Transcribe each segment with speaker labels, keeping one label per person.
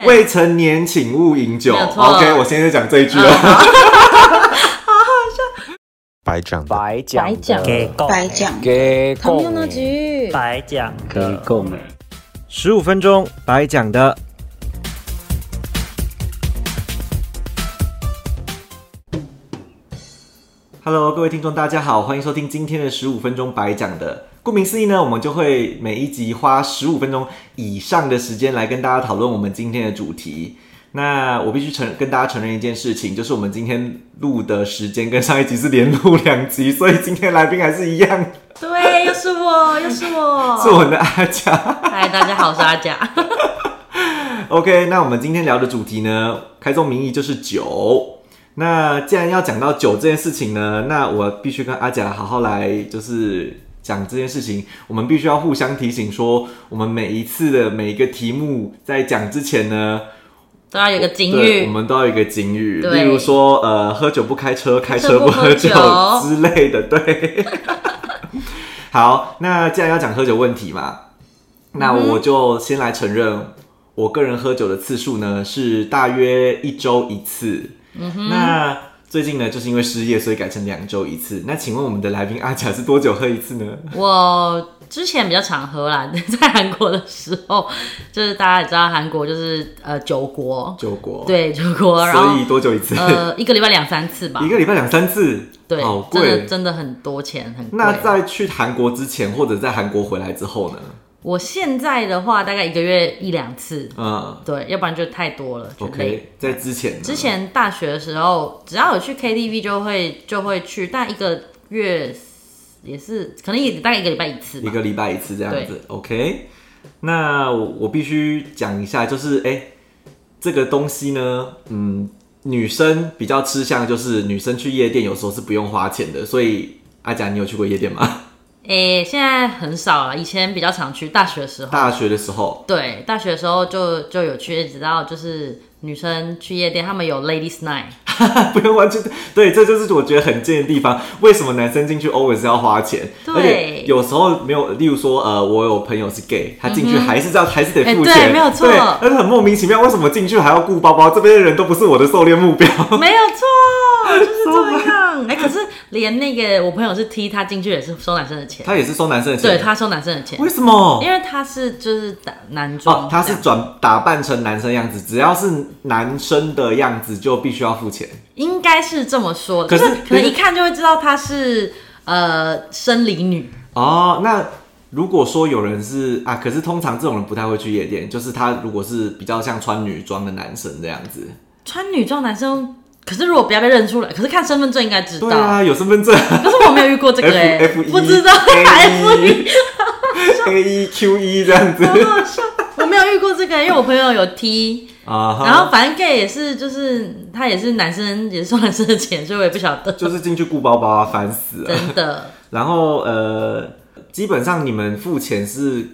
Speaker 1: 未成年请勿饮酒。
Speaker 2: 没有错嗯
Speaker 1: OK，我现在讲这一句 了。白讲的，
Speaker 3: 白讲
Speaker 2: 白讲
Speaker 4: 给够
Speaker 5: 白讲，
Speaker 3: 给
Speaker 2: 朋友那局，
Speaker 1: 哦
Speaker 4: 白讲
Speaker 3: 给
Speaker 4: 的，
Speaker 3: 够没？
Speaker 6: 十五分钟白讲的。
Speaker 1: Hello，各位听众，大家好，欢迎收听今天的十五分钟白讲的。顾名思义呢，我们就会每一集花十五分钟以上的时间来跟大家讨论我们今天的主题。那我必须承跟大家承认一件事情，就是我们今天录的时间跟上一集是连录两集，所以今天来宾还是一样，
Speaker 2: 对，又是我，又是 我，
Speaker 1: 是我们的阿佳。
Speaker 2: 嗨，大家好，我是阿甲。
Speaker 1: OK，那我们今天聊的主题呢，开宗明义就是酒。那既然要讲到酒这件事情呢，那我必须跟阿甲好好来就是讲这件事情。我们必须要互相提醒说，我们每一次的每一个题目在讲之前呢，
Speaker 2: 都要有个警
Speaker 1: 对，我
Speaker 2: 语，
Speaker 1: 们都要有一个警语，
Speaker 2: 对
Speaker 1: 例如说呃，喝酒不开车，开
Speaker 2: 车
Speaker 1: 车
Speaker 2: 不
Speaker 1: 不喝酒
Speaker 2: 喝 酒
Speaker 1: 之类的，对。 好，那既然要讲喝酒问题嘛，那我就先来承认，我个人喝酒的次数呢是大约一周一次。嗯哼，那最近呢，就是因为失业，所以改成两周一次。那请问我们的来宾阿甲是多久喝一次呢？
Speaker 2: 我之前比较常喝啦， 在韩国的时候，就是大家也知道韩国就是呃酒国，
Speaker 1: 九国，，
Speaker 2: 对酒国，然
Speaker 1: 所
Speaker 2: 后
Speaker 1: 以多久一次？
Speaker 2: 呃一个礼拜两三次吧
Speaker 1: 一，个礼拜两三次，
Speaker 2: 对
Speaker 1: 好，
Speaker 2: 真的
Speaker 1: 贵。
Speaker 2: 真的很多钱，很贵。
Speaker 1: 那在去韩国之前，或者在韩国回来之后呢？
Speaker 2: 我现在的话，大概一个月一两次，
Speaker 1: 嗯
Speaker 2: 对，要不然就太多了，就累。
Speaker 1: ，OK，在之前呢
Speaker 2: 之前大学的时候，只要有去 KTV 就会就会去，但一个月也是可能也大概一个礼拜一次
Speaker 1: 一
Speaker 2: 吧。
Speaker 1: 个礼拜一次这样
Speaker 2: 对
Speaker 1: 子，OK。那我我必须讲一下，就是哎、诶这个东西呢，嗯，女生比较吃香，就是女生去夜店有时候是不用花钱的，所以阿甲，你有去过夜店吗？
Speaker 2: 诶、现在很少了，以前比较常去，大学的时候。
Speaker 1: 大学的时候，
Speaker 2: 对，大学的时候就就有去，直到就是女生去夜店，他们有 Ladies Night，
Speaker 1: 不用完全对，这就是我觉得很贱的地方。为什么男生进去 always 要花钱？
Speaker 2: 对
Speaker 1: 而且有时候没有，例如说，呃，我有朋友是 gay，他进去还是这样，还是得付
Speaker 2: 嗯哎
Speaker 1: 钱，
Speaker 2: 对没有错
Speaker 1: 对但是很莫名其妙，为什么进去还要顾包包？这边的人都不是我的狩猎目 标。
Speaker 2: 没有 错，就是这样。哎、可是连那个我朋友是 T，他进去也是收男生的钱，
Speaker 1: 他也是收男生的钱，
Speaker 2: 对他收男生的钱
Speaker 1: 为，什么
Speaker 2: 因？为他是就是打男装、
Speaker 1: 哦，他是
Speaker 2: 这样
Speaker 1: 转打扮成男生样子，只要是男生的样子就必须要付钱。
Speaker 2: 应该是这么说，
Speaker 1: 可
Speaker 2: 就是是可
Speaker 1: 可
Speaker 2: 能
Speaker 1: 是
Speaker 2: 一看就会知道她是呃生理女，
Speaker 1: 哦，那如果说有人是啊，可是通常这种人不太会去夜店，就是他如果是比较像穿女装的男生这样子，
Speaker 2: 穿女装男生。可是如果不要被认出来，可是看身份证应该知道。
Speaker 1: 对啊，有身份证
Speaker 2: 可是我没有遇过这个
Speaker 1: F-
Speaker 2: 哎、
Speaker 1: F E 一
Speaker 2: 不知道
Speaker 1: A 一
Speaker 2: F 一，
Speaker 1: ，A 一 E Q 一这 样子
Speaker 2: 好好笑。 我没有遇过这个，因为我朋友有 T，
Speaker 1: 啊哈，
Speaker 2: 然后反正 gay 也是，就是他也是男生，也是收男生的钱，所以我也不晓得，
Speaker 1: 就是进去顾包包啊，烦死了。
Speaker 2: 真的。
Speaker 1: 然后呃，基本上你们付钱是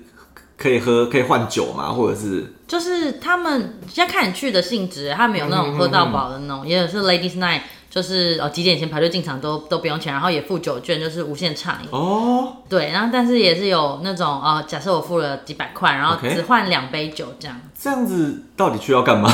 Speaker 1: 可以喝可以换酒嘛，或者是
Speaker 2: 就是他们要看你去的性质，他们有那种喝到饱的
Speaker 1: 嗯
Speaker 2: 那种，也有是 ladies night，就是哦几点以前排队进场都都不用钱，然后也付酒券，就是无限畅饮。
Speaker 1: 哦，
Speaker 2: 对，然后但是也是有那种呃，假设我付了几百块，然后
Speaker 1: OK
Speaker 2: 只换两杯酒这样，
Speaker 1: 这样子到底去要干嘛？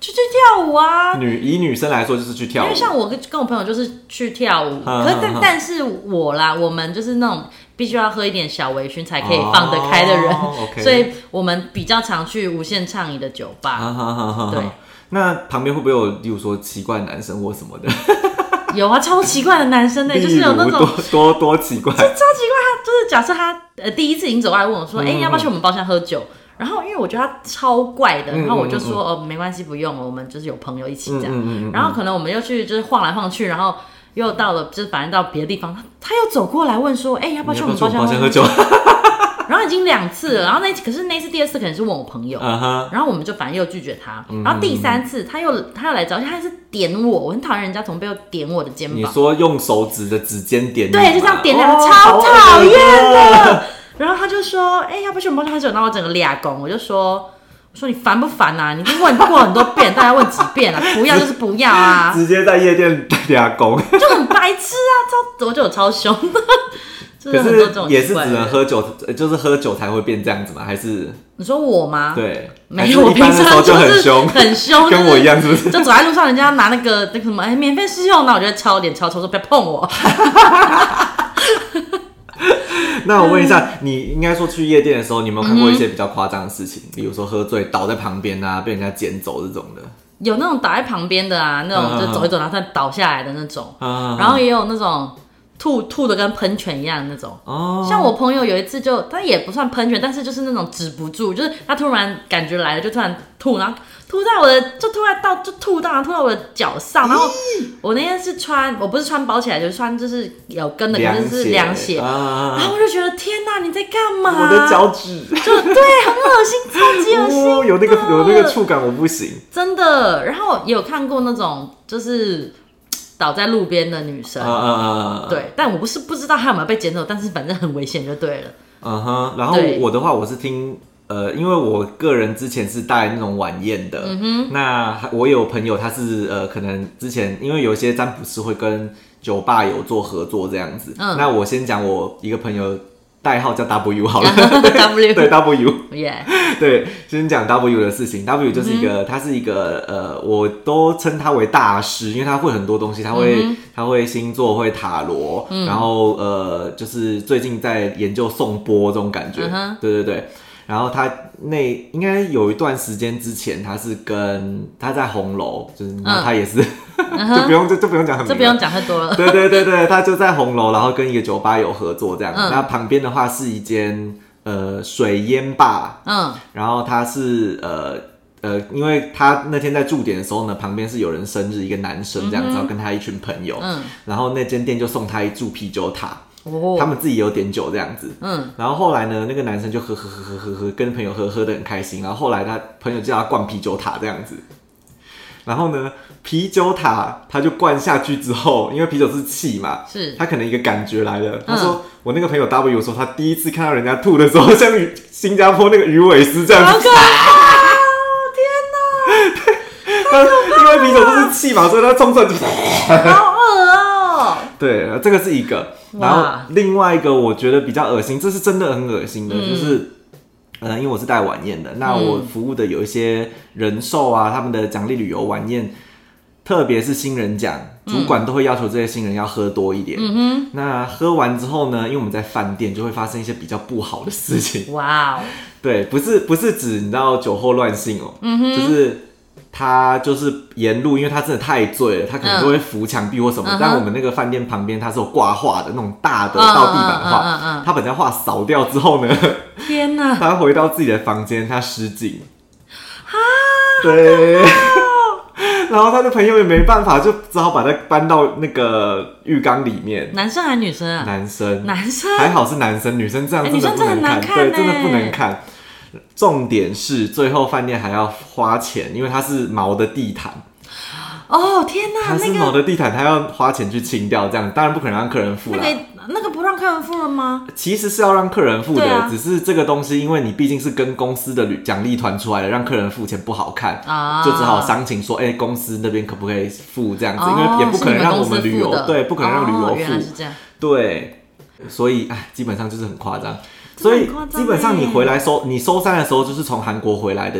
Speaker 2: 就去跳舞啊。
Speaker 1: 女以女生来说就是去跳舞，
Speaker 2: 因为像我跟跟我朋友就是去跳舞，
Speaker 1: 嗯
Speaker 2: 可是但
Speaker 1: 嗯嗯
Speaker 2: 但是我啦，我们就是那种必须要喝一点小微醺才可以放得开的人，
Speaker 1: 哦，OK
Speaker 2: 所以我们比较常去无限畅饮的酒吧。
Speaker 1: 啊哈哈哈，
Speaker 2: 对
Speaker 1: 哈那旁边会不会有，例如说奇怪的男生或什么的？
Speaker 2: 有啊，超奇怪的男生呢、欸
Speaker 1: 例
Speaker 2: 就
Speaker 1: 如
Speaker 2: 是有那种
Speaker 1: 多多多奇怪，
Speaker 2: 超奇怪，他就是假设他呃第一次已经走过来问我
Speaker 1: 嗯
Speaker 2: 说，哎、要不要去我们包厢喝酒？然后因为我觉得他超怪的，
Speaker 1: 嗯
Speaker 2: 然后我就说，哦，没关系，不用了，我们就是有朋友一起这样。
Speaker 1: 嗯嗯嗯嗯
Speaker 2: 然后可能我们又去就是晃来晃去，然后又到了就是反正到别的地方，他他又走过来问说，哎、要不要去我们包厢
Speaker 1: 包厢喝？酒？
Speaker 2: 然后已经两次了，然后那一次可是那一次第二次可能是问我朋友。
Speaker 1: 啊哈，
Speaker 2: 然后我们就反正又拒绝他，
Speaker 1: 嗯
Speaker 2: 然后第三次他又他又来找，而且他是点我，我很讨厌人家从背后点我的肩
Speaker 1: 你
Speaker 2: 膀。
Speaker 1: 说用手指的指尖点你吗，
Speaker 2: 对，就这样点两个，
Speaker 1: 哦
Speaker 2: 超讨厌
Speaker 1: 好恶
Speaker 2: 的。然后他就说：“哎、要不去我们包厢喝酒？”然后我整个俩拱，我就说：“我说你烦不烦啊？你已经问过很多遍，大家问几遍了、不要就是不要
Speaker 1: 心
Speaker 2: 啊，
Speaker 1: 直接在夜店打工，
Speaker 2: 就很白痴啊，超我就有超凶的，是不
Speaker 1: 可
Speaker 2: 是很多这
Speaker 1: 是
Speaker 2: 种
Speaker 1: 也是
Speaker 2: 奇
Speaker 1: 只
Speaker 2: 怪的
Speaker 1: 能
Speaker 2: 人？
Speaker 1: 喝酒，呃就是喝酒才会变这样子吗？还是
Speaker 2: 你说我吗？，
Speaker 1: 对？还
Speaker 2: 啊没
Speaker 1: 是
Speaker 2: 有，我
Speaker 1: 一
Speaker 2: 平
Speaker 1: 般的时候
Speaker 2: 常
Speaker 1: 就很
Speaker 2: 是
Speaker 1: 凶，
Speaker 2: 很凶，
Speaker 1: 跟
Speaker 2: 就是
Speaker 1: 我一样，是不是？
Speaker 2: 就走在路上，人家拿那个那个什么，哎，免费试用，那我就敲脸敲头说不要碰我。嗯
Speaker 1: 那我问一下，你应该说去夜店的时候，你有没有看过一些比较夸张的事情？比如说喝醉倒在旁边啊，被人家捡走这种的
Speaker 2: 有那种倒在旁边的啊，那种
Speaker 1: 嗯
Speaker 2: 就走一走然后再倒下来的那种，
Speaker 1: 啊。
Speaker 2: 然后也有那种吐吐的跟喷泉一样的那种。
Speaker 1: 哦，
Speaker 2: 像我朋友有一次就，他也不算喷泉，但是就是那种止不住，就是他突然感觉来了，就突然吐，然后吐在我的，就突然到就吐到，然后吐到我的脚上，然后我那天是穿，我不是穿包起来，就是穿就是有跟的，可是是凉鞋，然
Speaker 1: 啊，
Speaker 2: 后我就觉得天哪，你在干嘛？
Speaker 1: 我的脚趾，
Speaker 2: 就对，很恶心，超级恶心，
Speaker 1: 哦，有那个有那个触感，我不行。
Speaker 2: 真的。然后也有看过那种就是嘖倒在路边的女生，
Speaker 1: 啊啊啊！啊，
Speaker 2: 对，但我不是不知道她有没有被捡走，但是反正很危险就对了。
Speaker 1: 嗯哼。然后
Speaker 2: 对
Speaker 1: 我的话，我是听。呃，因为我个人之前是带那种晚宴的，嗯、那我有朋友他是呃，可能之前因为有一些占卜师会跟酒吧有做合作这样子，
Speaker 2: 嗯
Speaker 1: 那我先讲我一个朋友代号叫 W 好了，哦 对
Speaker 2: W，
Speaker 1: W，
Speaker 2: 耶，
Speaker 1: 对，先讲 W 的事情。W 就是一
Speaker 2: 嗯
Speaker 1: 个，他是一个呃，我都称他为大师，因为他会很多东西，他会、
Speaker 2: 嗯
Speaker 1: 他会星座，会塔罗，然后呃，就是最近在研究颂钵这种感觉。
Speaker 2: 嗯哼
Speaker 1: 对对对。然后他那应该有一段时间之前，他是跟他在红楼，就是然后他也是，
Speaker 2: 嗯
Speaker 1: 就不用就就不用讲很明
Speaker 2: 这
Speaker 1: 了，
Speaker 2: 不用讲太多了。
Speaker 1: 对对对对，他就在红楼，然后跟一个酒吧有合作这样。
Speaker 2: 嗯
Speaker 1: 那旁边的话是一间呃水烟吧，
Speaker 2: 嗯，
Speaker 1: 然后他是呃呃，因为他那天在驻点的时候呢，旁边是有人生日，一个男生这样子，要跟他一群朋友，
Speaker 2: 嗯
Speaker 1: 然后那间店就送他一注啤酒塔，他
Speaker 2: 哦，
Speaker 1: 们自己有点酒这样子。
Speaker 2: 嗯，
Speaker 1: 然后后来呢，那个男生就喝喝喝喝喝喝，跟朋友喝喝的很开心。然后后来他朋友叫他灌啤酒塔这样子，然后呢，啤酒塔他就灌下去之后，因为啤酒是气嘛，
Speaker 2: 是
Speaker 1: 他可能一个感觉来了。他说、我那个朋友 W 说，他第一次看到人家吐的时候，像鱼新加坡那个鱼尾狮这样
Speaker 2: 好
Speaker 1: 子，
Speaker 2: 可怕！
Speaker 1: 他 因为啤酒都是气嘛，所以他冲出来就。
Speaker 2: 天哪，好恶哦。
Speaker 1: 对，呃这个是一个。
Speaker 2: 哇
Speaker 1: 然后另外一个我觉得比较恶心，这是真的很恶心的，
Speaker 2: 嗯
Speaker 1: 就是。呃，因为我是带晚宴的，那我服务的有一些人寿啊，他们的奖励旅游晚宴，特别是新人奖，主管都会要求这些新人要喝多一点。
Speaker 2: 嗯
Speaker 1: 那喝完之后呢，因为我们在饭店就会发生一些比较不好的事情，
Speaker 2: 哼，哇哦，
Speaker 1: 对，不是不是指你知道酒后乱性哦、
Speaker 2: 嗯
Speaker 1: 就是他就是沿路，因为他真的太醉了，他可能就会扶墙壁或什么。
Speaker 2: 嗯哼
Speaker 1: 但我们那个饭店旁边它是有挂画的那种大的
Speaker 2: 嗯
Speaker 1: 到地板的画，
Speaker 2: 嗯嗯嗯嗯
Speaker 1: 他把那画扫掉之后 呢，
Speaker 2: 天哪，
Speaker 1: 他回到自己的房间，他失禁。对。 然后他的朋友也没办法，就只好把他搬到那个浴缸里面。
Speaker 2: 男生还是女生啊？
Speaker 1: 男生，
Speaker 2: 男生，
Speaker 1: 还好是男生，女生这样
Speaker 2: 哎
Speaker 1: 真的不能看，
Speaker 2: 女生真的很难看
Speaker 1: 对，真的不
Speaker 2: 欸
Speaker 1: 能看。重点是最后饭店还要花钱，因为它是毛的地毯，
Speaker 2: 哦天哪，
Speaker 1: 它是
Speaker 2: 啊那
Speaker 1: 毛
Speaker 2: 个
Speaker 1: 的地毯，它要花钱去清掉，这样当然不可能让客人付
Speaker 2: 那
Speaker 1: 啦。
Speaker 2: 个那个不让客人付了吗？
Speaker 1: 其实是要让客人付的，
Speaker 2: 对啊
Speaker 1: 只是这个东西，因为你毕竟是跟公司的旅奖励团出来的，让客人付钱不好看，
Speaker 2: 啊
Speaker 1: 就只好商请说，哎、公司那边可不可以付这样子？因为也不可
Speaker 2: 哦是
Speaker 1: 能
Speaker 2: 你
Speaker 1: 让我
Speaker 2: 公司
Speaker 1: 们旅
Speaker 2: 付
Speaker 1: 游
Speaker 2: 的，
Speaker 1: 对，不可能让旅游
Speaker 2: 哦
Speaker 1: 付。
Speaker 2: 原来是这样，
Speaker 1: 对，所以哎，基本上就是很夸张。
Speaker 2: 真
Speaker 1: 所
Speaker 2: 的
Speaker 1: 以
Speaker 2: 很夸张
Speaker 1: 基本上你
Speaker 2: 欸
Speaker 1: 回来收你收山的时候，就是从韩国回来的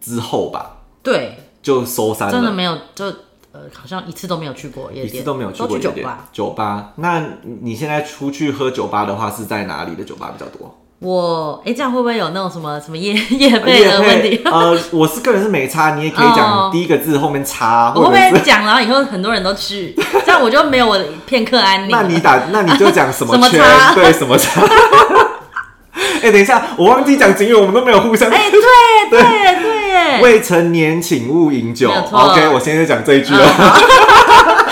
Speaker 1: 之后吧，
Speaker 2: 对，
Speaker 1: 就收山了。
Speaker 2: 真的没有，就呃，好像一次都没有去过夜
Speaker 1: 一
Speaker 2: 店，
Speaker 1: 次都没有去
Speaker 2: 都
Speaker 1: 过
Speaker 2: 去
Speaker 1: 夜
Speaker 2: 酒
Speaker 1: 店
Speaker 2: 吧。
Speaker 1: 酒吧，那你现在出去喝酒吧的话，是在哪里的酒吧比较多？
Speaker 2: 我哎、这样会不会有那种什么什么夜 夜
Speaker 1: 啊夜
Speaker 2: 费的问
Speaker 1: 配
Speaker 2: 题？
Speaker 1: 呃，我是个人是没差，你也可以讲
Speaker 2: 哦
Speaker 1: 第一个字后面差， 或
Speaker 2: 我会不
Speaker 1: 者
Speaker 2: 会
Speaker 1: 啊是
Speaker 2: 讲，然后以后很多人都去，这样我就没有我的片刻安宁 了。
Speaker 1: 那你打，那你就讲什
Speaker 2: 什么
Speaker 1: 圈，
Speaker 2: 叉
Speaker 1: 对什么差？ 哎、等一下，我忘记讲警语，我们都没有互相
Speaker 2: 哎、对对对耶，
Speaker 1: 未成年请勿饮酒。
Speaker 2: 哎没有错
Speaker 1: OK，我现在就讲这一句了。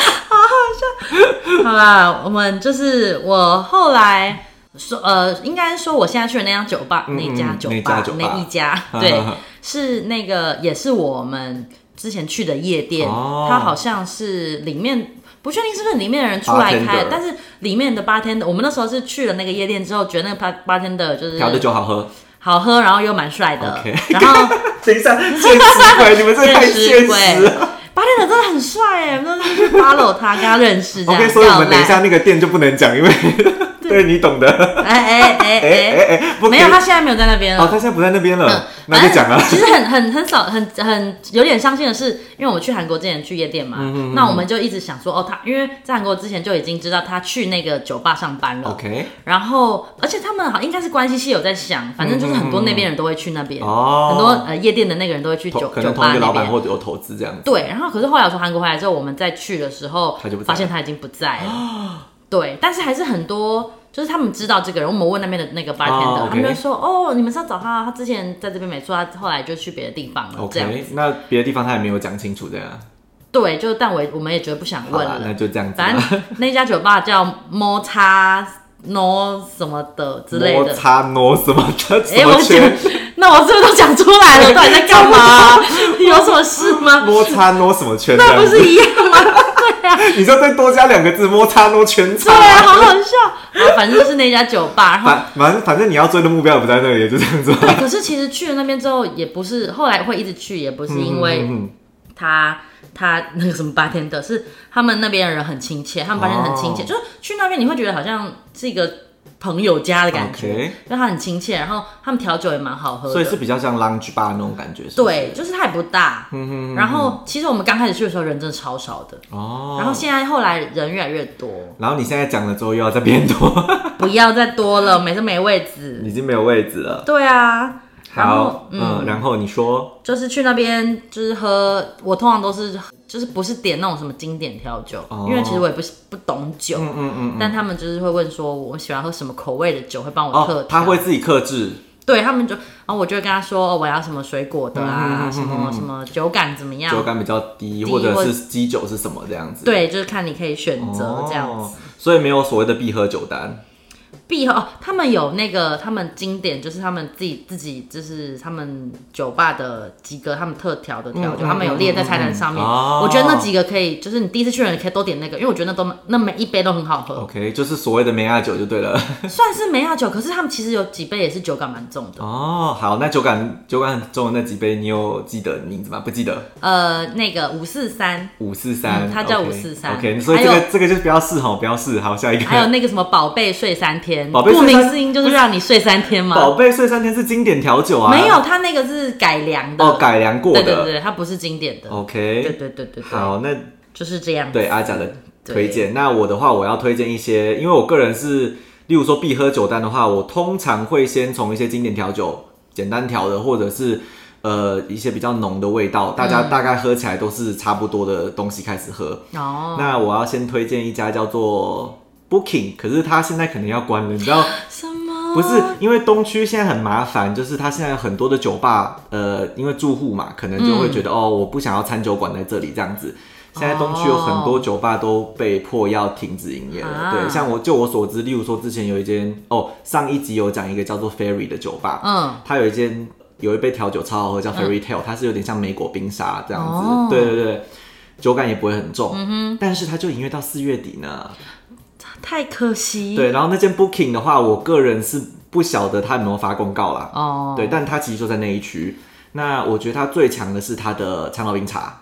Speaker 2: 好啦，我们就是我后来说，呃，应该说我现在去的那家酒吧，
Speaker 1: 嗯
Speaker 2: 那一家酒
Speaker 1: 那一家
Speaker 2: 吧
Speaker 1: 酒，吧
Speaker 2: 那一家，对，是那个也是我们之前去的夜店，
Speaker 1: 哦
Speaker 2: 它好像是里面。不确定是不是里面的人出来
Speaker 1: Bartender
Speaker 2: 开的，但是里面的八天的，我们那时候是去了那个夜店之后，觉得那个八八天的就是
Speaker 1: 嗯调的酒好喝。
Speaker 2: 好喝，然后又蛮帅的
Speaker 1: OK
Speaker 2: 然后
Speaker 1: 等一下，现实 鬼，你们 这太现
Speaker 2: 认识
Speaker 1: 实
Speaker 2: 鬼
Speaker 1: 了。，
Speaker 2: 八天的真的很帅哎，我们那时候去 follow 他，跟他认识这样。
Speaker 1: OK，所以我
Speaker 2: 要
Speaker 1: 们
Speaker 2: 赖
Speaker 1: 等一下那个店就不能讲，因为 对你懂的。
Speaker 2: 哎哎哎
Speaker 1: 哎 哎
Speaker 2: 哎，
Speaker 1: 哎，不可以
Speaker 2: 没有，他现在没有在那边
Speaker 1: 哦，
Speaker 2: 了。
Speaker 1: 他现在不在那边
Speaker 2: 嗯
Speaker 1: 了，那就讲啊
Speaker 2: 反。正其实很很很少，很很有点伤心的是，因为我去韩国之前去夜店
Speaker 1: 嗯
Speaker 2: 嘛，那我们就一直想说，哦，他因为在韩国之前就已经知道他去那个酒吧上班了。
Speaker 1: OK，
Speaker 2: 然后，而且他们好应该是关系系有在想，反正就是很
Speaker 1: 嗯
Speaker 2: 多那边人都会去那边，
Speaker 1: 哦
Speaker 2: 很多呃夜店的那个人都会去
Speaker 1: 同
Speaker 2: 酒
Speaker 1: 可
Speaker 2: 酒
Speaker 1: 能同
Speaker 2: 吧
Speaker 1: 一个
Speaker 2: 那
Speaker 1: 老板
Speaker 2: 边。
Speaker 1: 或者有投资这样子。
Speaker 2: 对，然后可是后来我从韩国回来之后，我们再去的时候，
Speaker 1: 他就不在哦
Speaker 2: 发现他已经不在了。对，但是还是很多，就是他们知道这个人，我们问那边的那个
Speaker 1: 哦
Speaker 2: bartender，、
Speaker 1: ，OK
Speaker 2: 他们就说哦，你们是要找他，他之前在这边没错，他后来就去别的地方了这样。
Speaker 1: OK，那别的地方他也没有讲清楚这样。
Speaker 2: 对，就但我也我们也觉得不想
Speaker 1: 好
Speaker 2: 问
Speaker 1: 啦，
Speaker 2: 了
Speaker 1: 那，就这样子吧。
Speaker 2: 反正那家酒吧叫摩擦 no 什么的之类
Speaker 1: 摩
Speaker 2: 的。
Speaker 1: 擦挪什么的什
Speaker 2: 哎、我
Speaker 1: 么
Speaker 2: 讲
Speaker 1: 圈，，
Speaker 2: 那我是不是都讲出来 了？到底在干嘛、有什么事吗？
Speaker 1: 摩擦挪什么圈，这
Speaker 2: 那
Speaker 1: 样
Speaker 2: 不
Speaker 1: 子
Speaker 2: 是一样吗？对啊，
Speaker 1: 你就再多加两个字，摩擦挪 全
Speaker 2: 对
Speaker 1: 场。
Speaker 2: 啊，好好笑。然后反正就是那家酒吧，然 后
Speaker 1: 反反正反正你要追的目标也不在那里，就这样子吧。
Speaker 2: 对，可是其实去了那边之后，也不是后来会一直去，也不是 因为呃
Speaker 1: 嗯
Speaker 2: 他。他那个什么八天的，是他们那边的人很亲切，他们八天很亲切，
Speaker 1: 哦
Speaker 2: 就是去那边你会觉得好像是一个朋友家的感觉，
Speaker 1: OK
Speaker 2: 因为他很亲切，然后他们调酒也蛮好喝的，
Speaker 1: 所以是比较像 lounge bar 那种感觉。是不是，
Speaker 2: 对，就是它也不大，
Speaker 1: 嗯
Speaker 2: 然后其实我们刚开始去的时候人真的超少的，
Speaker 1: 哦，
Speaker 2: 然后现在后来人越来越多，
Speaker 1: 然后你现在讲了之后又要再变多，
Speaker 2: 不要再多了，每次没位置。
Speaker 1: 已经没有位置了。
Speaker 2: 对啊，然后
Speaker 1: 好，嗯，然后你说
Speaker 2: 就是去那边就是喝，我通常都是就是不是点那种什么经典调酒，
Speaker 1: 哦
Speaker 2: 因为其实我也不是不懂酒，嗯嗯但他们就是会问说我喜欢喝什么口味的酒，会帮我特调、
Speaker 1: 哦，他会自己克制，
Speaker 2: 对他们就，然后我就会跟他说、哦、我要什么水果的
Speaker 1: 嗯
Speaker 2: 啊，什么什么酒感怎么样，
Speaker 1: 酒感比较低，
Speaker 2: 低
Speaker 1: 或者
Speaker 2: 或
Speaker 1: 是基酒是什么这样子。
Speaker 2: 对，就是看你可以选择
Speaker 1: 哦，
Speaker 2: 这样子。
Speaker 1: 所以没有所谓的必喝酒单。
Speaker 2: 必喝哦，他们有那个他们经典，就是他们自己自己就是他们酒吧的几个他们特调的调酒，他们有列在菜单上面。
Speaker 1: 嗯嗯嗯哦
Speaker 2: 我觉得那几个可以，就是你第一次去的人可以多点那个，因为我觉得那都那每一杯都很好喝，
Speaker 1: OK，就是所谓的梅亚酒就对了。
Speaker 2: 算是梅亚酒，可是他们其实有几杯也是酒感蛮重的。
Speaker 1: 哦，好，那酒感酒感很重的那几杯，你有记得名字吗？不记得，
Speaker 2: 呃，那个五四 三，
Speaker 1: 五四三，
Speaker 2: 嗯它叫
Speaker 1: OK
Speaker 2: 543
Speaker 1: OK，所以这
Speaker 2: 还
Speaker 1: 个
Speaker 2: 有
Speaker 1: 这个就不要试哈，不要试。好，下一
Speaker 2: 还有
Speaker 1: 个。
Speaker 2: 那个什么宝贝睡三天，
Speaker 1: 宝贝
Speaker 2: 顾
Speaker 1: 睡三
Speaker 2: 名思义就是让你睡三天嘛。
Speaker 1: 宝贝睡三天是经典调酒啊，
Speaker 2: 没有，它那个是改良的，
Speaker 1: 哦，改良过
Speaker 2: 对
Speaker 1: 的。
Speaker 2: 对对，它不是经典的。
Speaker 1: OK，
Speaker 2: 对对对对对，
Speaker 1: 好，那
Speaker 2: 就是这样。
Speaker 1: 对阿啊甲的
Speaker 2: 对
Speaker 1: 推荐。那我的话，我要推荐一些，因为我个人是，例如说必喝酒单的话，我通常会先从一些经典调酒、简单调的，或者是呃一些比较浓的味道，大家
Speaker 2: 嗯
Speaker 1: 大概喝起来都是差不多的东西开始喝。
Speaker 2: 哦，
Speaker 1: 那我要先推荐一家叫做 Booking，可是它现在可能要关了，你知道。
Speaker 2: 什么？
Speaker 1: 不是，因为东区现在很麻烦，就是它现在有很多的酒吧，呃，因为住户嘛，可能就会觉得、哦，我不想要餐酒馆在这里这样子。现在东区有很多酒吧都被迫要停止营业了。
Speaker 2: 啊
Speaker 1: 对，像我就我所知，例如说之前有一间哦，上一集有讲一个叫做 Ferry 的酒吧，
Speaker 2: 嗯，
Speaker 1: 它有一间有一杯调酒超好喝，叫 Fairy Tale，、它是有点像莓果冰沙这样子，
Speaker 2: 哦嗯
Speaker 1: 对对对，酒感也不会很重，但是它就营业到四月底呢。
Speaker 2: 太可惜。
Speaker 1: 对，然后那间 Booking 的话，我个人是不晓得它有没有发公告啦，
Speaker 2: 哦，
Speaker 1: 对，但它其实就在那一区。那我觉得它最强的是它的长岛冰茶，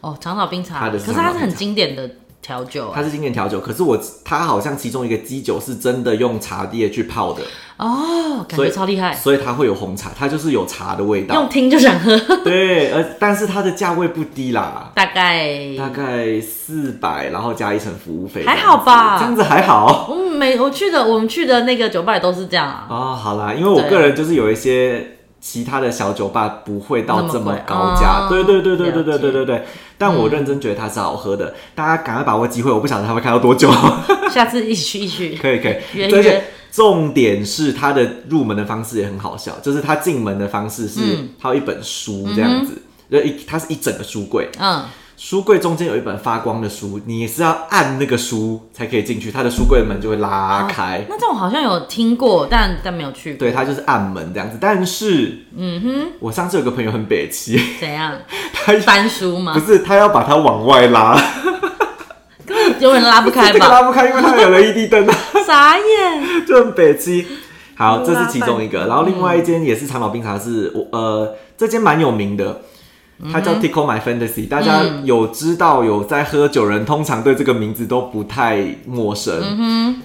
Speaker 2: 哦，长岛冰茶，
Speaker 1: 它
Speaker 2: 可
Speaker 1: 的是
Speaker 2: 是
Speaker 1: 长岛
Speaker 2: 它是
Speaker 1: 冰
Speaker 2: 很
Speaker 1: 茶
Speaker 2: 经典的调酒啊
Speaker 1: 它是经典调酒，可是我它好像其中一个基酒是真的用茶叶去泡的，
Speaker 2: 哦，感
Speaker 1: 所
Speaker 2: 觉
Speaker 1: 以
Speaker 2: 超厉害，
Speaker 1: 所以它会有红茶，它就是有茶的味道
Speaker 2: 用。听就想喝，
Speaker 1: 对，而但是它的价位不低啦，
Speaker 2: 大概
Speaker 1: 大概四百，然后加一层服务费，
Speaker 2: 还好吧
Speaker 1: 这样子还好。
Speaker 2: 我们每我去的我们去的那个酒吧也都是这 样啊，
Speaker 1: 哦，好啦，因为我
Speaker 2: 对
Speaker 1: 个人就是有一些其他的小酒吧不会到这么高价，
Speaker 2: 那么贵
Speaker 1: 对对
Speaker 2: 哦
Speaker 1: 对对对对
Speaker 2: 了解嗯
Speaker 1: 对对对。但我认真觉得它是好喝的，大家赶快把握机会，我不晓得它会开到多 久，
Speaker 2: 下次一起去一起去。
Speaker 1: 可以可以。
Speaker 2: 约
Speaker 1: 而且
Speaker 2: 约
Speaker 1: 重点是它的入门的方式也很好笑，就是它进门的方式是
Speaker 2: 嗯
Speaker 1: 它有一本书这样子，就一它是一整个书柜，
Speaker 2: 嗯，
Speaker 1: 书柜中间有一本发光的书，你也是要按那个书才可以进去，它的书柜门就会拉开。
Speaker 2: 那这种好像有听过，但但没有去过。
Speaker 1: 哎对，它就是按门这样子，但是， 嗯哼，我上次有个朋友很北齐，
Speaker 2: 怎样
Speaker 1: 他
Speaker 2: 翻书吗
Speaker 1: 不？是他要把它往外拉，
Speaker 2: 有人拉不开
Speaker 1: 这个
Speaker 2: 吧？
Speaker 1: 拉不开，因为它有 LED 灯啊，
Speaker 2: 傻 眼。
Speaker 1: 就很北齐。好，
Speaker 2: 嗯
Speaker 1: 这是其中一个，然后另外一间也是长岛冰茶是，我呃，这间蛮有名的，它
Speaker 2: 嗯
Speaker 1: 叫 Tickle My Fantasy，大家有知道有在喝酒人，通常对这个名字都不太陌生。
Speaker 2: 嗯哼，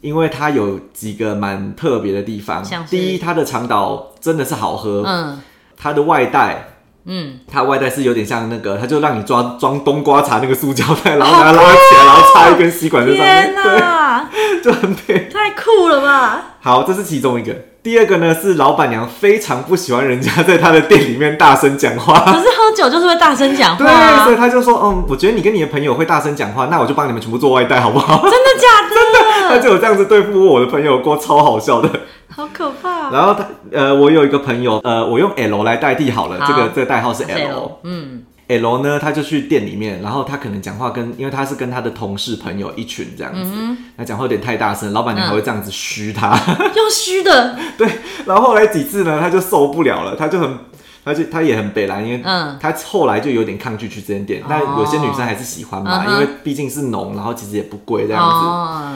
Speaker 1: 因为它有几个蛮特别的地方
Speaker 2: 像。是
Speaker 1: 第一，它的长岛真的是好喝，
Speaker 2: 嗯
Speaker 1: 它的外带。
Speaker 2: 嗯，
Speaker 1: 它外带是有点像那个，它就让你抓装冬瓜茶那个塑胶 袋，然后把它拉起来，然后插一根吸管在上面，
Speaker 2: 天哪，
Speaker 1: 对，就很配。
Speaker 2: 太酷了吧！
Speaker 1: 好，这是其中一个。第二个呢是老板娘非常不喜欢人家在她的店里面大声讲话，
Speaker 2: 可是喝酒就是会大声讲话、
Speaker 1: 啊对，
Speaker 2: 啊
Speaker 1: 所以，她就说，嗯，我觉得你跟你的朋友会大声讲话，那我就帮你们全部做外带好不好？
Speaker 2: 真的假的？
Speaker 1: 她就有这样子对付我的朋友过，超好笑的。
Speaker 2: 好可怕！
Speaker 1: 然后他呃，我有一个朋友，呃，我用 L 来代替好了，
Speaker 2: 好
Speaker 1: 这个这个代号是 L
Speaker 2: L，。嗯
Speaker 1: L 呢，他就去店里面，然后他可能讲话跟，因为他是跟他的同事朋友一群这样子，
Speaker 2: 嗯
Speaker 1: 那讲话有点太大声，老板娘还会这样子嘘他。
Speaker 2: 用虚的，
Speaker 1: 对，然后后来几次呢，他就受不了了，他就很，他就他也很北蓝，因为
Speaker 2: 嗯
Speaker 1: 他后来就有点抗拒去这间店。但有些女生还是喜欢嘛，
Speaker 2: 嗯哼
Speaker 1: 因为毕竟是浓，然后其实也不贵这样子。
Speaker 2: 哦，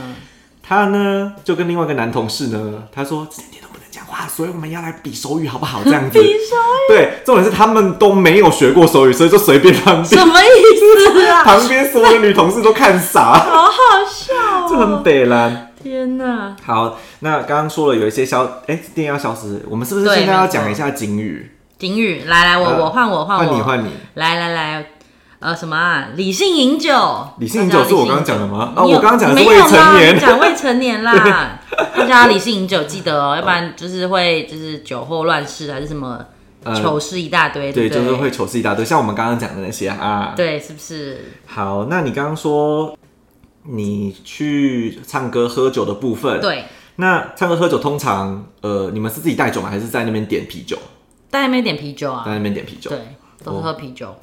Speaker 1: 他呢就跟另外一个男同事呢，他说这间店都不能讲话，所以我们要来比手语好不好？这样子
Speaker 2: 比。手
Speaker 1: 对，重点是他们都没有学过手语，所以就随便乱比。
Speaker 2: 什么意思啊？
Speaker 1: 旁边所有的女同事都看傻，
Speaker 2: 好好笑
Speaker 1: 这很
Speaker 2: 哦！
Speaker 1: 北蓝。
Speaker 2: 天哪，
Speaker 1: 好，那刚刚说了有一些消，哎、店要消失，我们是不是
Speaker 2: 对
Speaker 1: 现在要
Speaker 2: 没错
Speaker 1: 讲一下警语？
Speaker 2: 景宇，来来，我
Speaker 1: 呃
Speaker 2: 我换我换
Speaker 1: 换你
Speaker 2: 我，
Speaker 1: 换你，
Speaker 2: 来来来，呃，什么啊？理性饮酒，
Speaker 1: 理性饮酒是我刚刚讲的吗？啊，
Speaker 2: 你有
Speaker 1: 我刚刚讲的是
Speaker 2: 没
Speaker 1: 未
Speaker 2: 有
Speaker 1: 成
Speaker 2: 啦你
Speaker 1: 年。
Speaker 2: 讲未成年 啦。大家理性饮酒记得哦，要不然就是会就是酒后乱事还是什么
Speaker 1: 呃
Speaker 2: 糗事一大堆，
Speaker 1: 对，
Speaker 2: 不
Speaker 1: 就是会糗事一大堆，像我们刚刚讲的那些啊。
Speaker 2: 对，是不是？
Speaker 1: 好，那你刚刚说你去唱歌喝酒的部分，，
Speaker 2: 对，
Speaker 1: 那唱歌喝酒通常，呃，你们是自己带酒吗？还是在那边点啤酒？
Speaker 2: 大家没点啤酒啊
Speaker 1: 在？那边点啤酒，哦
Speaker 2: 对，都是喝啤酒，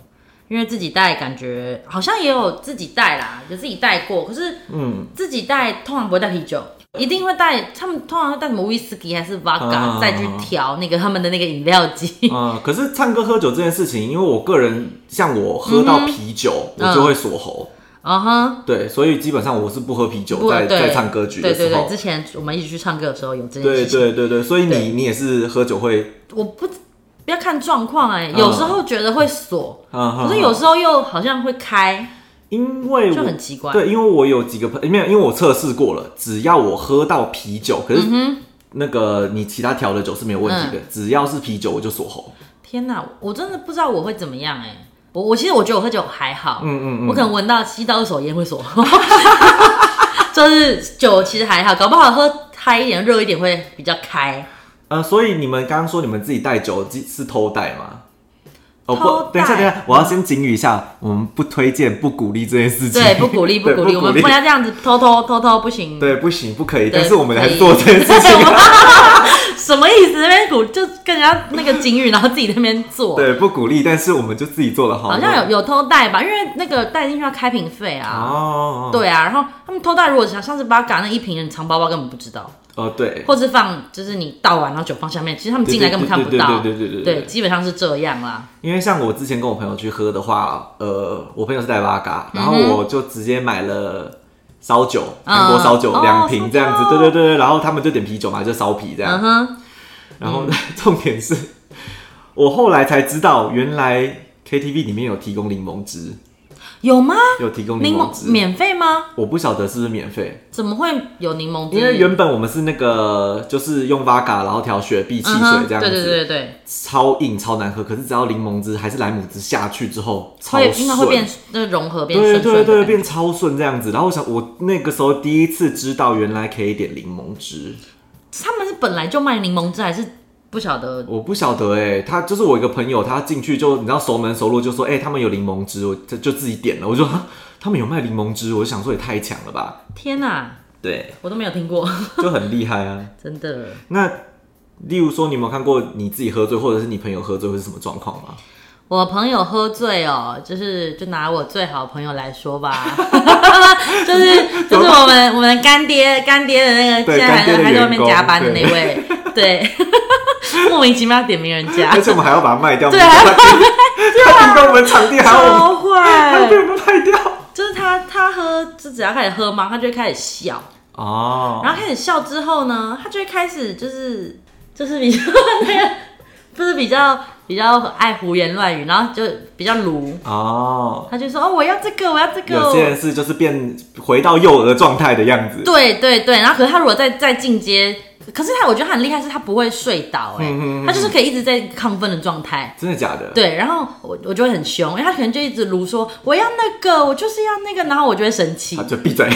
Speaker 2: 因为自己带感觉好像也有自己带啦，有自己带过，可是
Speaker 1: 嗯，
Speaker 2: 自己带通常不会带啤酒，一定会带他们通常会带什么 whisky 还是 vodka，、
Speaker 1: 啊
Speaker 2: 再去调那个他们的那个饮料 机。
Speaker 1: 啊、可是唱歌喝酒这件事情，因为我个人像我喝到啤酒，
Speaker 2: 嗯
Speaker 1: 我就会锁喉，
Speaker 2: 啊哈，
Speaker 1: 对，所以基本上我是不喝啤酒
Speaker 2: 不
Speaker 1: 在
Speaker 2: 对
Speaker 1: 在唱歌局的
Speaker 2: 对对
Speaker 1: 时
Speaker 2: 对，
Speaker 1: 候
Speaker 2: 之，前我们一起去唱歌的时候有这件
Speaker 1: 对
Speaker 2: 事情。
Speaker 1: 对对对，所以
Speaker 2: 对
Speaker 1: 你你也是喝酒会，
Speaker 2: 我不不要看状况
Speaker 1: 啊
Speaker 2: 哎，有时候觉得会锁，
Speaker 1: 嗯，
Speaker 2: 可是有时候又好像会开，
Speaker 1: 因为我
Speaker 2: 就很奇怪
Speaker 1: 对，因为我有几个朋没有，因为我测试过了，只要我喝到啤酒，可是
Speaker 2: 嗯
Speaker 1: 那个你其他调的酒是没有问题的，只要是啤酒我就锁喉。
Speaker 2: 天哪，我真的不知道我会怎么样哎、我我其实我觉得我喝酒还好，
Speaker 1: 嗯嗯嗯
Speaker 2: 我可能闻到吸到二手烟会锁， 就是酒其实还好，搞不好喝嗨一点、热一点会比较开。
Speaker 1: 呃，所以你们刚刚说你们自己带酒是是偷带吗？哦
Speaker 2: 偷
Speaker 1: 不，
Speaker 2: 带
Speaker 1: 等一下等一下，我要先警语一下，我们不推荐、不鼓励这件事情。
Speaker 2: 对，不鼓励，不
Speaker 1: 对
Speaker 2: 鼓励，我们不能这样子偷偷偷偷不行。
Speaker 1: 对，不行，不可以。
Speaker 2: 对，
Speaker 1: 但是我们还是
Speaker 2: 不可
Speaker 1: 做
Speaker 2: 以
Speaker 1: 这件 事情。
Speaker 2: 对我们 什么意思？那边鼓就跟人家那个警语，然后自己在那边做。
Speaker 1: 对，不鼓励，但是我们就自己做了好。
Speaker 2: 好像有有偷带吧，因为那个带进去要开瓶费啊。
Speaker 1: 哦，，
Speaker 2: 对啊，然后他们偷带，如果像上次巴嘎那一瓶人藏包包根本不知道，
Speaker 1: 哦对，
Speaker 2: 或是放就是你倒完然后酒放下面，其实他们进来根本看不到。
Speaker 1: 对对对对对对对
Speaker 2: 基本上是这样啦。
Speaker 1: 因为像我之前跟我朋友去喝的话，呃，我朋友是带拉嘎，然后我就直接买了烧酒，
Speaker 2: 嗯
Speaker 1: 韩国烧酒
Speaker 2: 哦
Speaker 1: 两瓶这样子，
Speaker 2: 烧酒
Speaker 1: 对对对对，然后他们就点啤酒嘛，就烧啤这
Speaker 2: 嗯
Speaker 1: 样。
Speaker 2: 哼，
Speaker 1: 然后重点是，我后来才知道，原来 KTV 里面有提供柠檬汁，
Speaker 2: 有吗？
Speaker 1: 有提供柠
Speaker 2: 柠
Speaker 1: 檬
Speaker 2: 檬
Speaker 1: 汁，
Speaker 2: 免费吗？
Speaker 1: 我不晓得是不是免费，
Speaker 2: 怎么会有柠檬汁？
Speaker 1: 因为原本我们是那个就是用 v 嘎，然后调雪碧汽
Speaker 2: 嗯
Speaker 1: 水
Speaker 2: 哼
Speaker 1: 这样子，
Speaker 2: 对对对对对，
Speaker 1: 超硬超难喝，可是只要柠檬汁还是莱姆汁下去之后，超
Speaker 2: 会应该会
Speaker 1: 顺
Speaker 2: 变那融合变
Speaker 1: 对
Speaker 2: 顺顺
Speaker 1: 对
Speaker 2: 的
Speaker 1: 对，
Speaker 2: 感觉
Speaker 1: 变超顺这样子。然后我想，我那个时候第一次知道原来可以点柠檬汁，
Speaker 2: 他们是本来就卖柠檬汁，还是不晓得？
Speaker 1: 我不晓得哎、他就是我一个朋友，他进去就你知道熟门熟路，就说哎、欸他们有柠檬汁，我就就自己点了。我就说哈他们有卖柠檬汁，我就想说也太强了吧，
Speaker 2: 天哪、
Speaker 1: 对，
Speaker 2: 我都没有听过，
Speaker 1: 就很厉害啊。
Speaker 2: 真的。
Speaker 1: 那例如说，你有没有看过你自己喝醉，或者是你朋友喝醉会是什么状况 吗？
Speaker 2: 我朋友喝醉哦，就是就拿我最好的朋友来说吧， 就是就是我们我们干爹干爹的那个
Speaker 1: 对
Speaker 2: 现在还
Speaker 1: 干爹的
Speaker 2: 还在外面
Speaker 1: 员工
Speaker 2: 加班的那位，对， 莫名其妙点名人家
Speaker 1: 而，且我们还要把它卖掉，
Speaker 2: 对啊
Speaker 1: 他订他订购我们场地，还要我
Speaker 2: 超
Speaker 1: 们
Speaker 2: 坏
Speaker 1: 被，我们卖掉。
Speaker 2: 就是他他喝就只要开始喝嘛，他就会开始笑，
Speaker 1: 哦，
Speaker 2: 然后开始笑之后呢，他就会开始就是就是比较那个不是比较比较爱胡言乱语，然后就比较鲁，
Speaker 1: 哦，
Speaker 2: 他就说哦我要这个我要这
Speaker 1: 有些
Speaker 2: 个，
Speaker 1: 人是就是变回到幼儿的状态的样子。
Speaker 2: 对对对，然后可是他如果再再进阶，可是他我觉得他很厉害，是他不会睡倒、哎、
Speaker 1: 嗯嗯嗯
Speaker 2: 他就是可以一直在亢奋的状态。
Speaker 1: 真的假的？
Speaker 2: 对，然后我我就会很凶，因为他可能就一直如说我要那个，我就是要那个，然后我就会生气
Speaker 1: 啊他。就闭 嘴。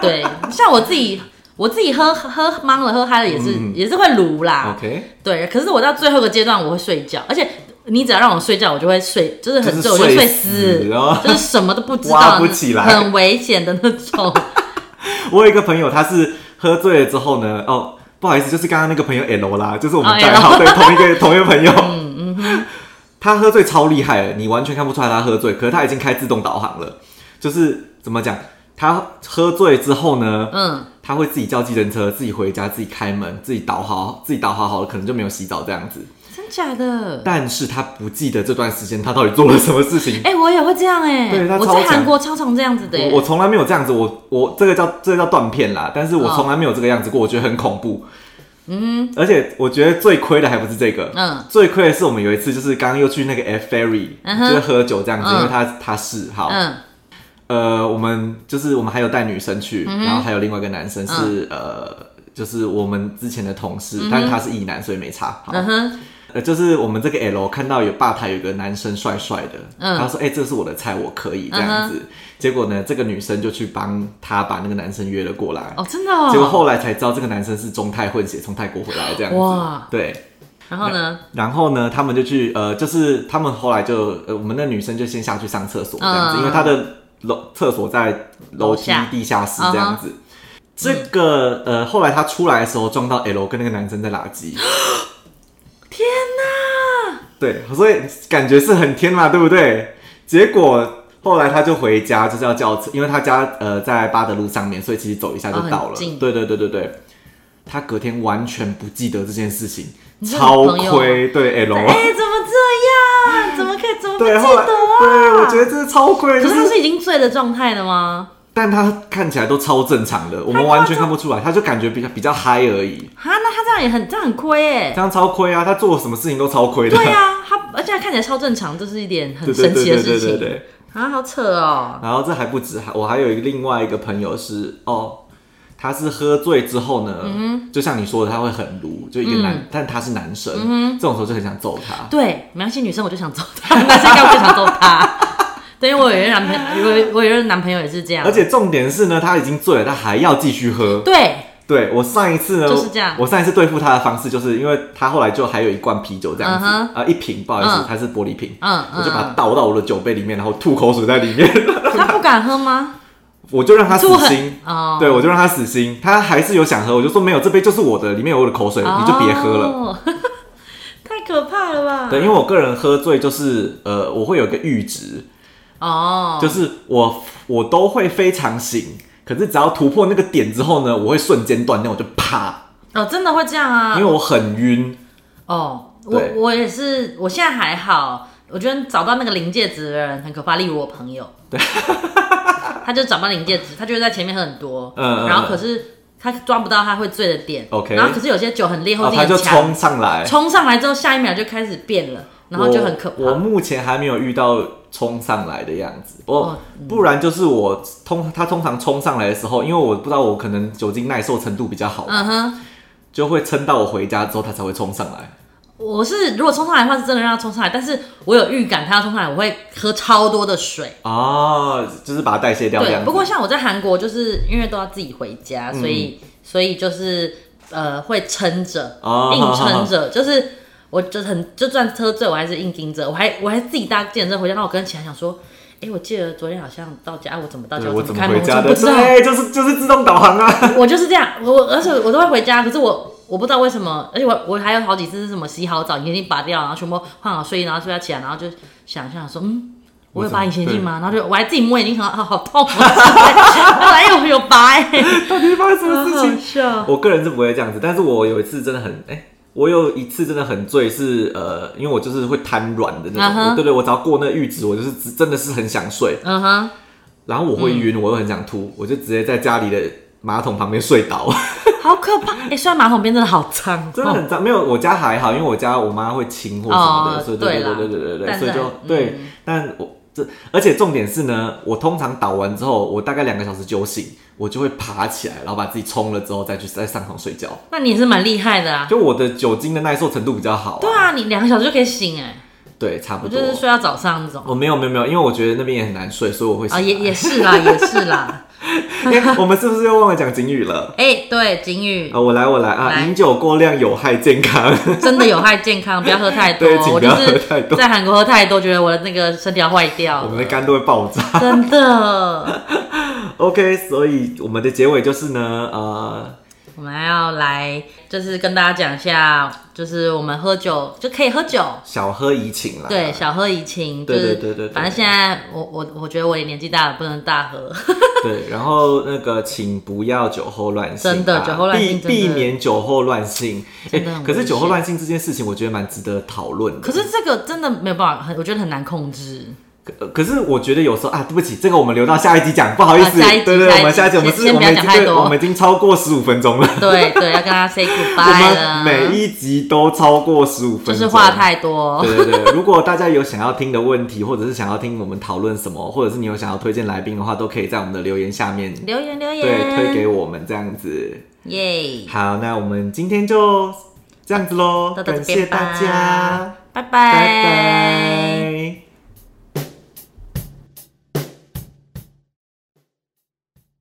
Speaker 2: 对，像我自己，我自己喝喝懵了，喝嗨了也是、也是会撸啦。
Speaker 1: 嗯 OK，
Speaker 2: 对，可是我到最后一个阶段我会睡觉，而且你只要让我睡觉，我就会睡，就是
Speaker 1: 就
Speaker 2: 很
Speaker 1: 是
Speaker 2: 久我就
Speaker 1: 睡
Speaker 2: 睡
Speaker 1: 死
Speaker 2: 死，
Speaker 1: 哦
Speaker 2: 就是什么都不知
Speaker 1: 挖
Speaker 2: 道，
Speaker 1: 不起来
Speaker 2: 很危险的那种。
Speaker 1: 我有一个朋友，他是喝醉了之后呢，哦，不好意思，就是刚刚那个朋友 L 啦，就是我们
Speaker 2: 哦
Speaker 1: 代号
Speaker 2: L
Speaker 1: 对同一 个同一个朋友。嗯嗯他喝醉超厉害的，你完全看不出来他喝醉，可是他已经开自动导航了。就是怎么讲，他喝醉之后呢，
Speaker 2: 嗯，
Speaker 1: 他会自己叫计程车，自己回家，自己开门，自己导航，自己导航好了，可能就没有洗澡这样子。
Speaker 2: 真假的？
Speaker 1: 但是他不记得这段时间他到底做了什么事情。
Speaker 2: 哎、我也会这样哎、
Speaker 1: 对他
Speaker 2: 我
Speaker 1: 超
Speaker 2: 在
Speaker 1: 强
Speaker 2: 韩国超常这样子的、耶欸
Speaker 1: 我我从来没有这样子，我我这个叫这个叫断片啦，但是
Speaker 2: 哦
Speaker 1: 我从来没有这个样子过，我觉得很恐怖。嗯，而且我觉得最亏的还不是这个，
Speaker 2: 嗯，
Speaker 1: 最亏的是我们有一次就是刚刚又去那个 F Ferry，、
Speaker 2: 嗯哼
Speaker 1: 就是喝酒这样子，
Speaker 2: 嗯
Speaker 1: 因为他他是好，
Speaker 2: 嗯
Speaker 1: 呃，我们就是我们还有带女生去，
Speaker 2: 嗯
Speaker 1: 然后还有另外一个男生是、呃，就是我们之前的同事，但他是异男，所以没差。好，
Speaker 2: 嗯哼，
Speaker 1: 呃，就是我们这个 L 看到有吧台有个男生帅帅的，
Speaker 2: 嗯
Speaker 1: 他说：“哎、这是我的菜，我可以这样子。结果呢，这个女生就去帮他把那个男生约了过来。
Speaker 2: 哦，真的哦。
Speaker 1: 结果后来才知道，这个男生是中泰混血，从泰国回来这样子。
Speaker 2: 哇
Speaker 1: 对，
Speaker 2: 然后 呢？
Speaker 1: 然后呢，他们就去呃，就是他们后来就呃，我们那女生就先下去上厕所这样子，
Speaker 2: 嗯
Speaker 1: 因为她的楼厕所在楼梯
Speaker 2: 楼下嗯
Speaker 1: 地下室这样子。这个呃，后来她出来的时候撞到 L 跟那个男生在垃圾。
Speaker 2: 天哪！
Speaker 1: 对，所以感觉是很天嘛，对不对？结果后来他就回家，就是要叫车，因为他家呃在巴德路上面，所以其实走一下就到
Speaker 2: 哦
Speaker 1: 了。
Speaker 2: 很近
Speaker 1: 对对对对对，他隔天完全不记得这件事情，
Speaker 2: 这个
Speaker 1: 超
Speaker 2: 朋友啊
Speaker 1: 亏。对 L，
Speaker 2: 哎、怎么这样？怎么可以？怎么不记
Speaker 1: 哦 对后来，
Speaker 2: 得啊？
Speaker 1: 对我觉得这是超亏，
Speaker 2: 可
Speaker 1: 就是
Speaker 2: 他是已经醉的状态了吗？
Speaker 1: 但他看起来都超正常的，我们完全看不出来，他就感觉比较比较嗨而已，
Speaker 2: 啊，那他这样也很这样很亏
Speaker 1: 这
Speaker 2: 哎。
Speaker 1: 样超亏啊！他做什么事情都超亏的。
Speaker 2: 对啊，他而且他看起来超正常，这是一点很
Speaker 1: 对对
Speaker 2: 神
Speaker 1: 对
Speaker 2: 奇的
Speaker 1: 对
Speaker 2: 事
Speaker 1: 对对
Speaker 2: 情
Speaker 1: 对。
Speaker 2: 啊，好扯哦。
Speaker 1: 然后这还不止，还我还有一个另外一个朋友是哦，他是喝醉之后
Speaker 2: 嗯
Speaker 1: 呢，就像你说的，他会很撸，就一个男，但他是男生，
Speaker 2: 嗯
Speaker 1: 这种时候就很想揍他。
Speaker 2: 对，没关系，女生我就想揍 他，男生应该我就想揍他。对，因为我有一个男朋友，我我有一个男朋友也是这样
Speaker 1: 而，且重点是呢，他已经醉了，他还要继续喝。
Speaker 2: 对，
Speaker 1: 对我上一次呢，
Speaker 2: 就是这样
Speaker 1: 我上一次对付他的方式，就是因为他后来就还有一罐啤酒这样子，
Speaker 2: 嗯
Speaker 1: 呃，一瓶，不好意思，
Speaker 2: 嗯
Speaker 1: 它是玻璃瓶，
Speaker 2: 嗯
Speaker 1: 我就把它
Speaker 2: 嗯，
Speaker 1: 倒到我的酒杯里面，然后吐口水在里面，
Speaker 2: 他不敢喝吗？
Speaker 1: 我就让他死
Speaker 2: 吐
Speaker 1: 心
Speaker 2: 很。哦，
Speaker 1: 对，我就让他死心，他还是有想喝，我就说没有，这杯就是我的，里面有我的口水，你就别喝了。
Speaker 2: 哦， 太可怕了吧？
Speaker 1: 对，因为我个人喝醉就是呃，我会有一个阈值，
Speaker 2: 哦，
Speaker 1: 就是我我都会非常醒，可是只要突破那个点之后呢，我会瞬间断掉，我就啪，
Speaker 2: 哦，真的会这样啊
Speaker 1: 因为？我很晕。
Speaker 2: 哦，我
Speaker 1: 对
Speaker 2: 我也是，我现在还好。我觉得找到那个临界值的人很可怕，例如我朋友，对， 他就找不到临界值，他就会在前面喝很多，
Speaker 1: 嗯嗯
Speaker 2: 然后可是他抓不到他会醉的点
Speaker 1: OK
Speaker 2: 然后可是有些酒很烈或
Speaker 1: 哦，
Speaker 2: 者
Speaker 1: 他
Speaker 2: 很
Speaker 1: 就
Speaker 2: 强，
Speaker 1: 冲上来，
Speaker 2: 冲上来之后下一秒就开始变了，然后就很可
Speaker 1: 我。我
Speaker 2: 怕。
Speaker 1: 目前还没有遇到冲上来的样子，我、
Speaker 2: 哦
Speaker 1: 不然就是我通他通常冲上来的时候，因为我不知道我可能酒精耐受程度比较好，
Speaker 2: 嗯哼，
Speaker 1: 就会撑到我回家之后他才会冲上来。
Speaker 2: 我是如果冲上来的话是真的让他冲上来，但是我有预感他要冲上来，我会喝超多的水。
Speaker 1: 哦，就是把它代谢掉嗯这样子。
Speaker 2: 对，不过像我在韩国，就是因为都要自己回家，所以所以就是呃会撑着，
Speaker 1: 哦
Speaker 2: 硬撑着，就是我就很就算喝醉，我还是硬盯着，我还我还自己搭健身回家，然后我跟起来想说。哎、我记得昨天好像到家，啊我怎么到家？
Speaker 1: 对我
Speaker 2: 怎
Speaker 1: 怎
Speaker 2: 么
Speaker 1: 么
Speaker 2: 开门？
Speaker 1: 回
Speaker 2: 我
Speaker 1: 家
Speaker 2: 怎么
Speaker 1: 的？
Speaker 2: 不知道？
Speaker 1: 对，就是就是自动导航 啊。
Speaker 2: 我就是这样，我我而且我都会回家，可是我我不知道为什么，而且我我还有好几次是什么洗好澡，眼镜拔掉，然后全部换好睡衣，然后睡觉起来，然后就想一下说，嗯，我有拔隐形眼镜吗？然后就我还自己摸眼睛，想啊 好痛，哎有有拔哎、
Speaker 1: 到底发生什么事情？
Speaker 2: 笑，
Speaker 1: 我个人是不会这样子，但是我有一次真的很哎、我有一次真的很醉是，呃，因为我就是会瘫软的那种
Speaker 2: 嗯哼
Speaker 1: 我对对，我只要过那个阈值，我就是只真的是很想睡，
Speaker 2: 嗯哼，嗯
Speaker 1: 然后我会晕，我又很想吐，我就直接在家里的马桶旁边睡倒。
Speaker 2: 好可怕！哎、虽然马桶边真的好脏，哦
Speaker 1: 真的很脏。没有，我家还好，因为我家我妈会清或什么的，
Speaker 2: 哦
Speaker 1: 所以对
Speaker 2: 对啦
Speaker 1: 对对对对对，
Speaker 2: 但
Speaker 1: 所以
Speaker 2: 是
Speaker 1: 就
Speaker 2: 还
Speaker 1: 对。
Speaker 2: 嗯
Speaker 1: 但我这，而且重点是呢，我通常倒完之后，我大概两个小时酒醒，我就会爬起来，然后把自己冲了之后再去再上床睡觉。
Speaker 2: 那你也是蛮厉害的啊。
Speaker 1: 就我的酒精的耐受程度比较好、
Speaker 2: 对，啊，你两个小时就可以醒哎、
Speaker 1: 对，差不
Speaker 2: 我就
Speaker 1: 多。哦
Speaker 2: 是睡到早上那种。
Speaker 1: 我没有没有没有，因为我觉得那边也很难睡，所以我会醒
Speaker 2: 啊，
Speaker 1: 来。
Speaker 2: 也也是啦，也是啦。
Speaker 1: 哎 我们是不是又忘了讲警语 了？
Speaker 2: 哎、对，警语
Speaker 1: 啊，我来我来啊！
Speaker 2: 来
Speaker 1: 饮酒过量有害健康。
Speaker 2: 真的有害健康，不要喝太多
Speaker 1: 对。请
Speaker 2: 我
Speaker 1: 不
Speaker 2: 就
Speaker 1: 要喝太
Speaker 2: 是
Speaker 1: 多
Speaker 2: 在韩国喝太多，觉得我的那个身体要坏掉
Speaker 1: 我，们的肝都会爆炸。
Speaker 2: 真的。
Speaker 1: OK，所以我们的结尾就是呢，呃，
Speaker 2: 我们还要来，就是跟大家讲一下，就是我们喝酒就可以喝酒，
Speaker 1: 小喝怡情啦。
Speaker 2: 对，小喝怡情，
Speaker 1: 对
Speaker 2: 就是
Speaker 1: 对对对对
Speaker 2: 反正现在我我我觉得我也年纪大了，不能大喝。
Speaker 1: 对，然后那个请不要酒后乱性啊，
Speaker 2: 真的酒后乱性
Speaker 1: 避
Speaker 2: 真的
Speaker 1: 避免酒后乱性。哎
Speaker 2: 真的很，危
Speaker 1: 可是酒后
Speaker 2: 险
Speaker 1: 乱性这件事情，我觉得蛮值得讨论的。
Speaker 2: 可是这个真的没有办法，很我觉得很难控制。
Speaker 1: 可呃可是我觉得有时候啊，对不起，这个我们留到下一集讲，不好意思，
Speaker 2: 啊下一
Speaker 1: 对
Speaker 2: 集
Speaker 1: 对对，
Speaker 2: 下一集
Speaker 1: 我们下一集我们是
Speaker 2: 先
Speaker 1: 我们
Speaker 2: 先不要
Speaker 1: 已经
Speaker 2: 讲太
Speaker 1: 对
Speaker 2: 多
Speaker 1: 我们已经超过十五分钟了，
Speaker 2: 对对，要跟他 say
Speaker 1: 我
Speaker 2: goodbye 了。
Speaker 1: 们每一集都超过十五分
Speaker 2: 就
Speaker 1: 钟，
Speaker 2: 是话。太多。
Speaker 1: 对对对，如果大家有想要听的问题，或者是想要听我们讨论什么，或者是你有想要推荐来宾的话，都可以在我们的留言下面
Speaker 2: 留言留言，
Speaker 1: 对推给我们这样子。
Speaker 2: 耶，
Speaker 1: 好，那我们今天就这样子喽，
Speaker 2: 都到
Speaker 1: 感
Speaker 2: 这
Speaker 1: 谢
Speaker 2: 边吧
Speaker 1: 大家。
Speaker 2: 拜
Speaker 1: 拜
Speaker 2: 拜
Speaker 1: 拜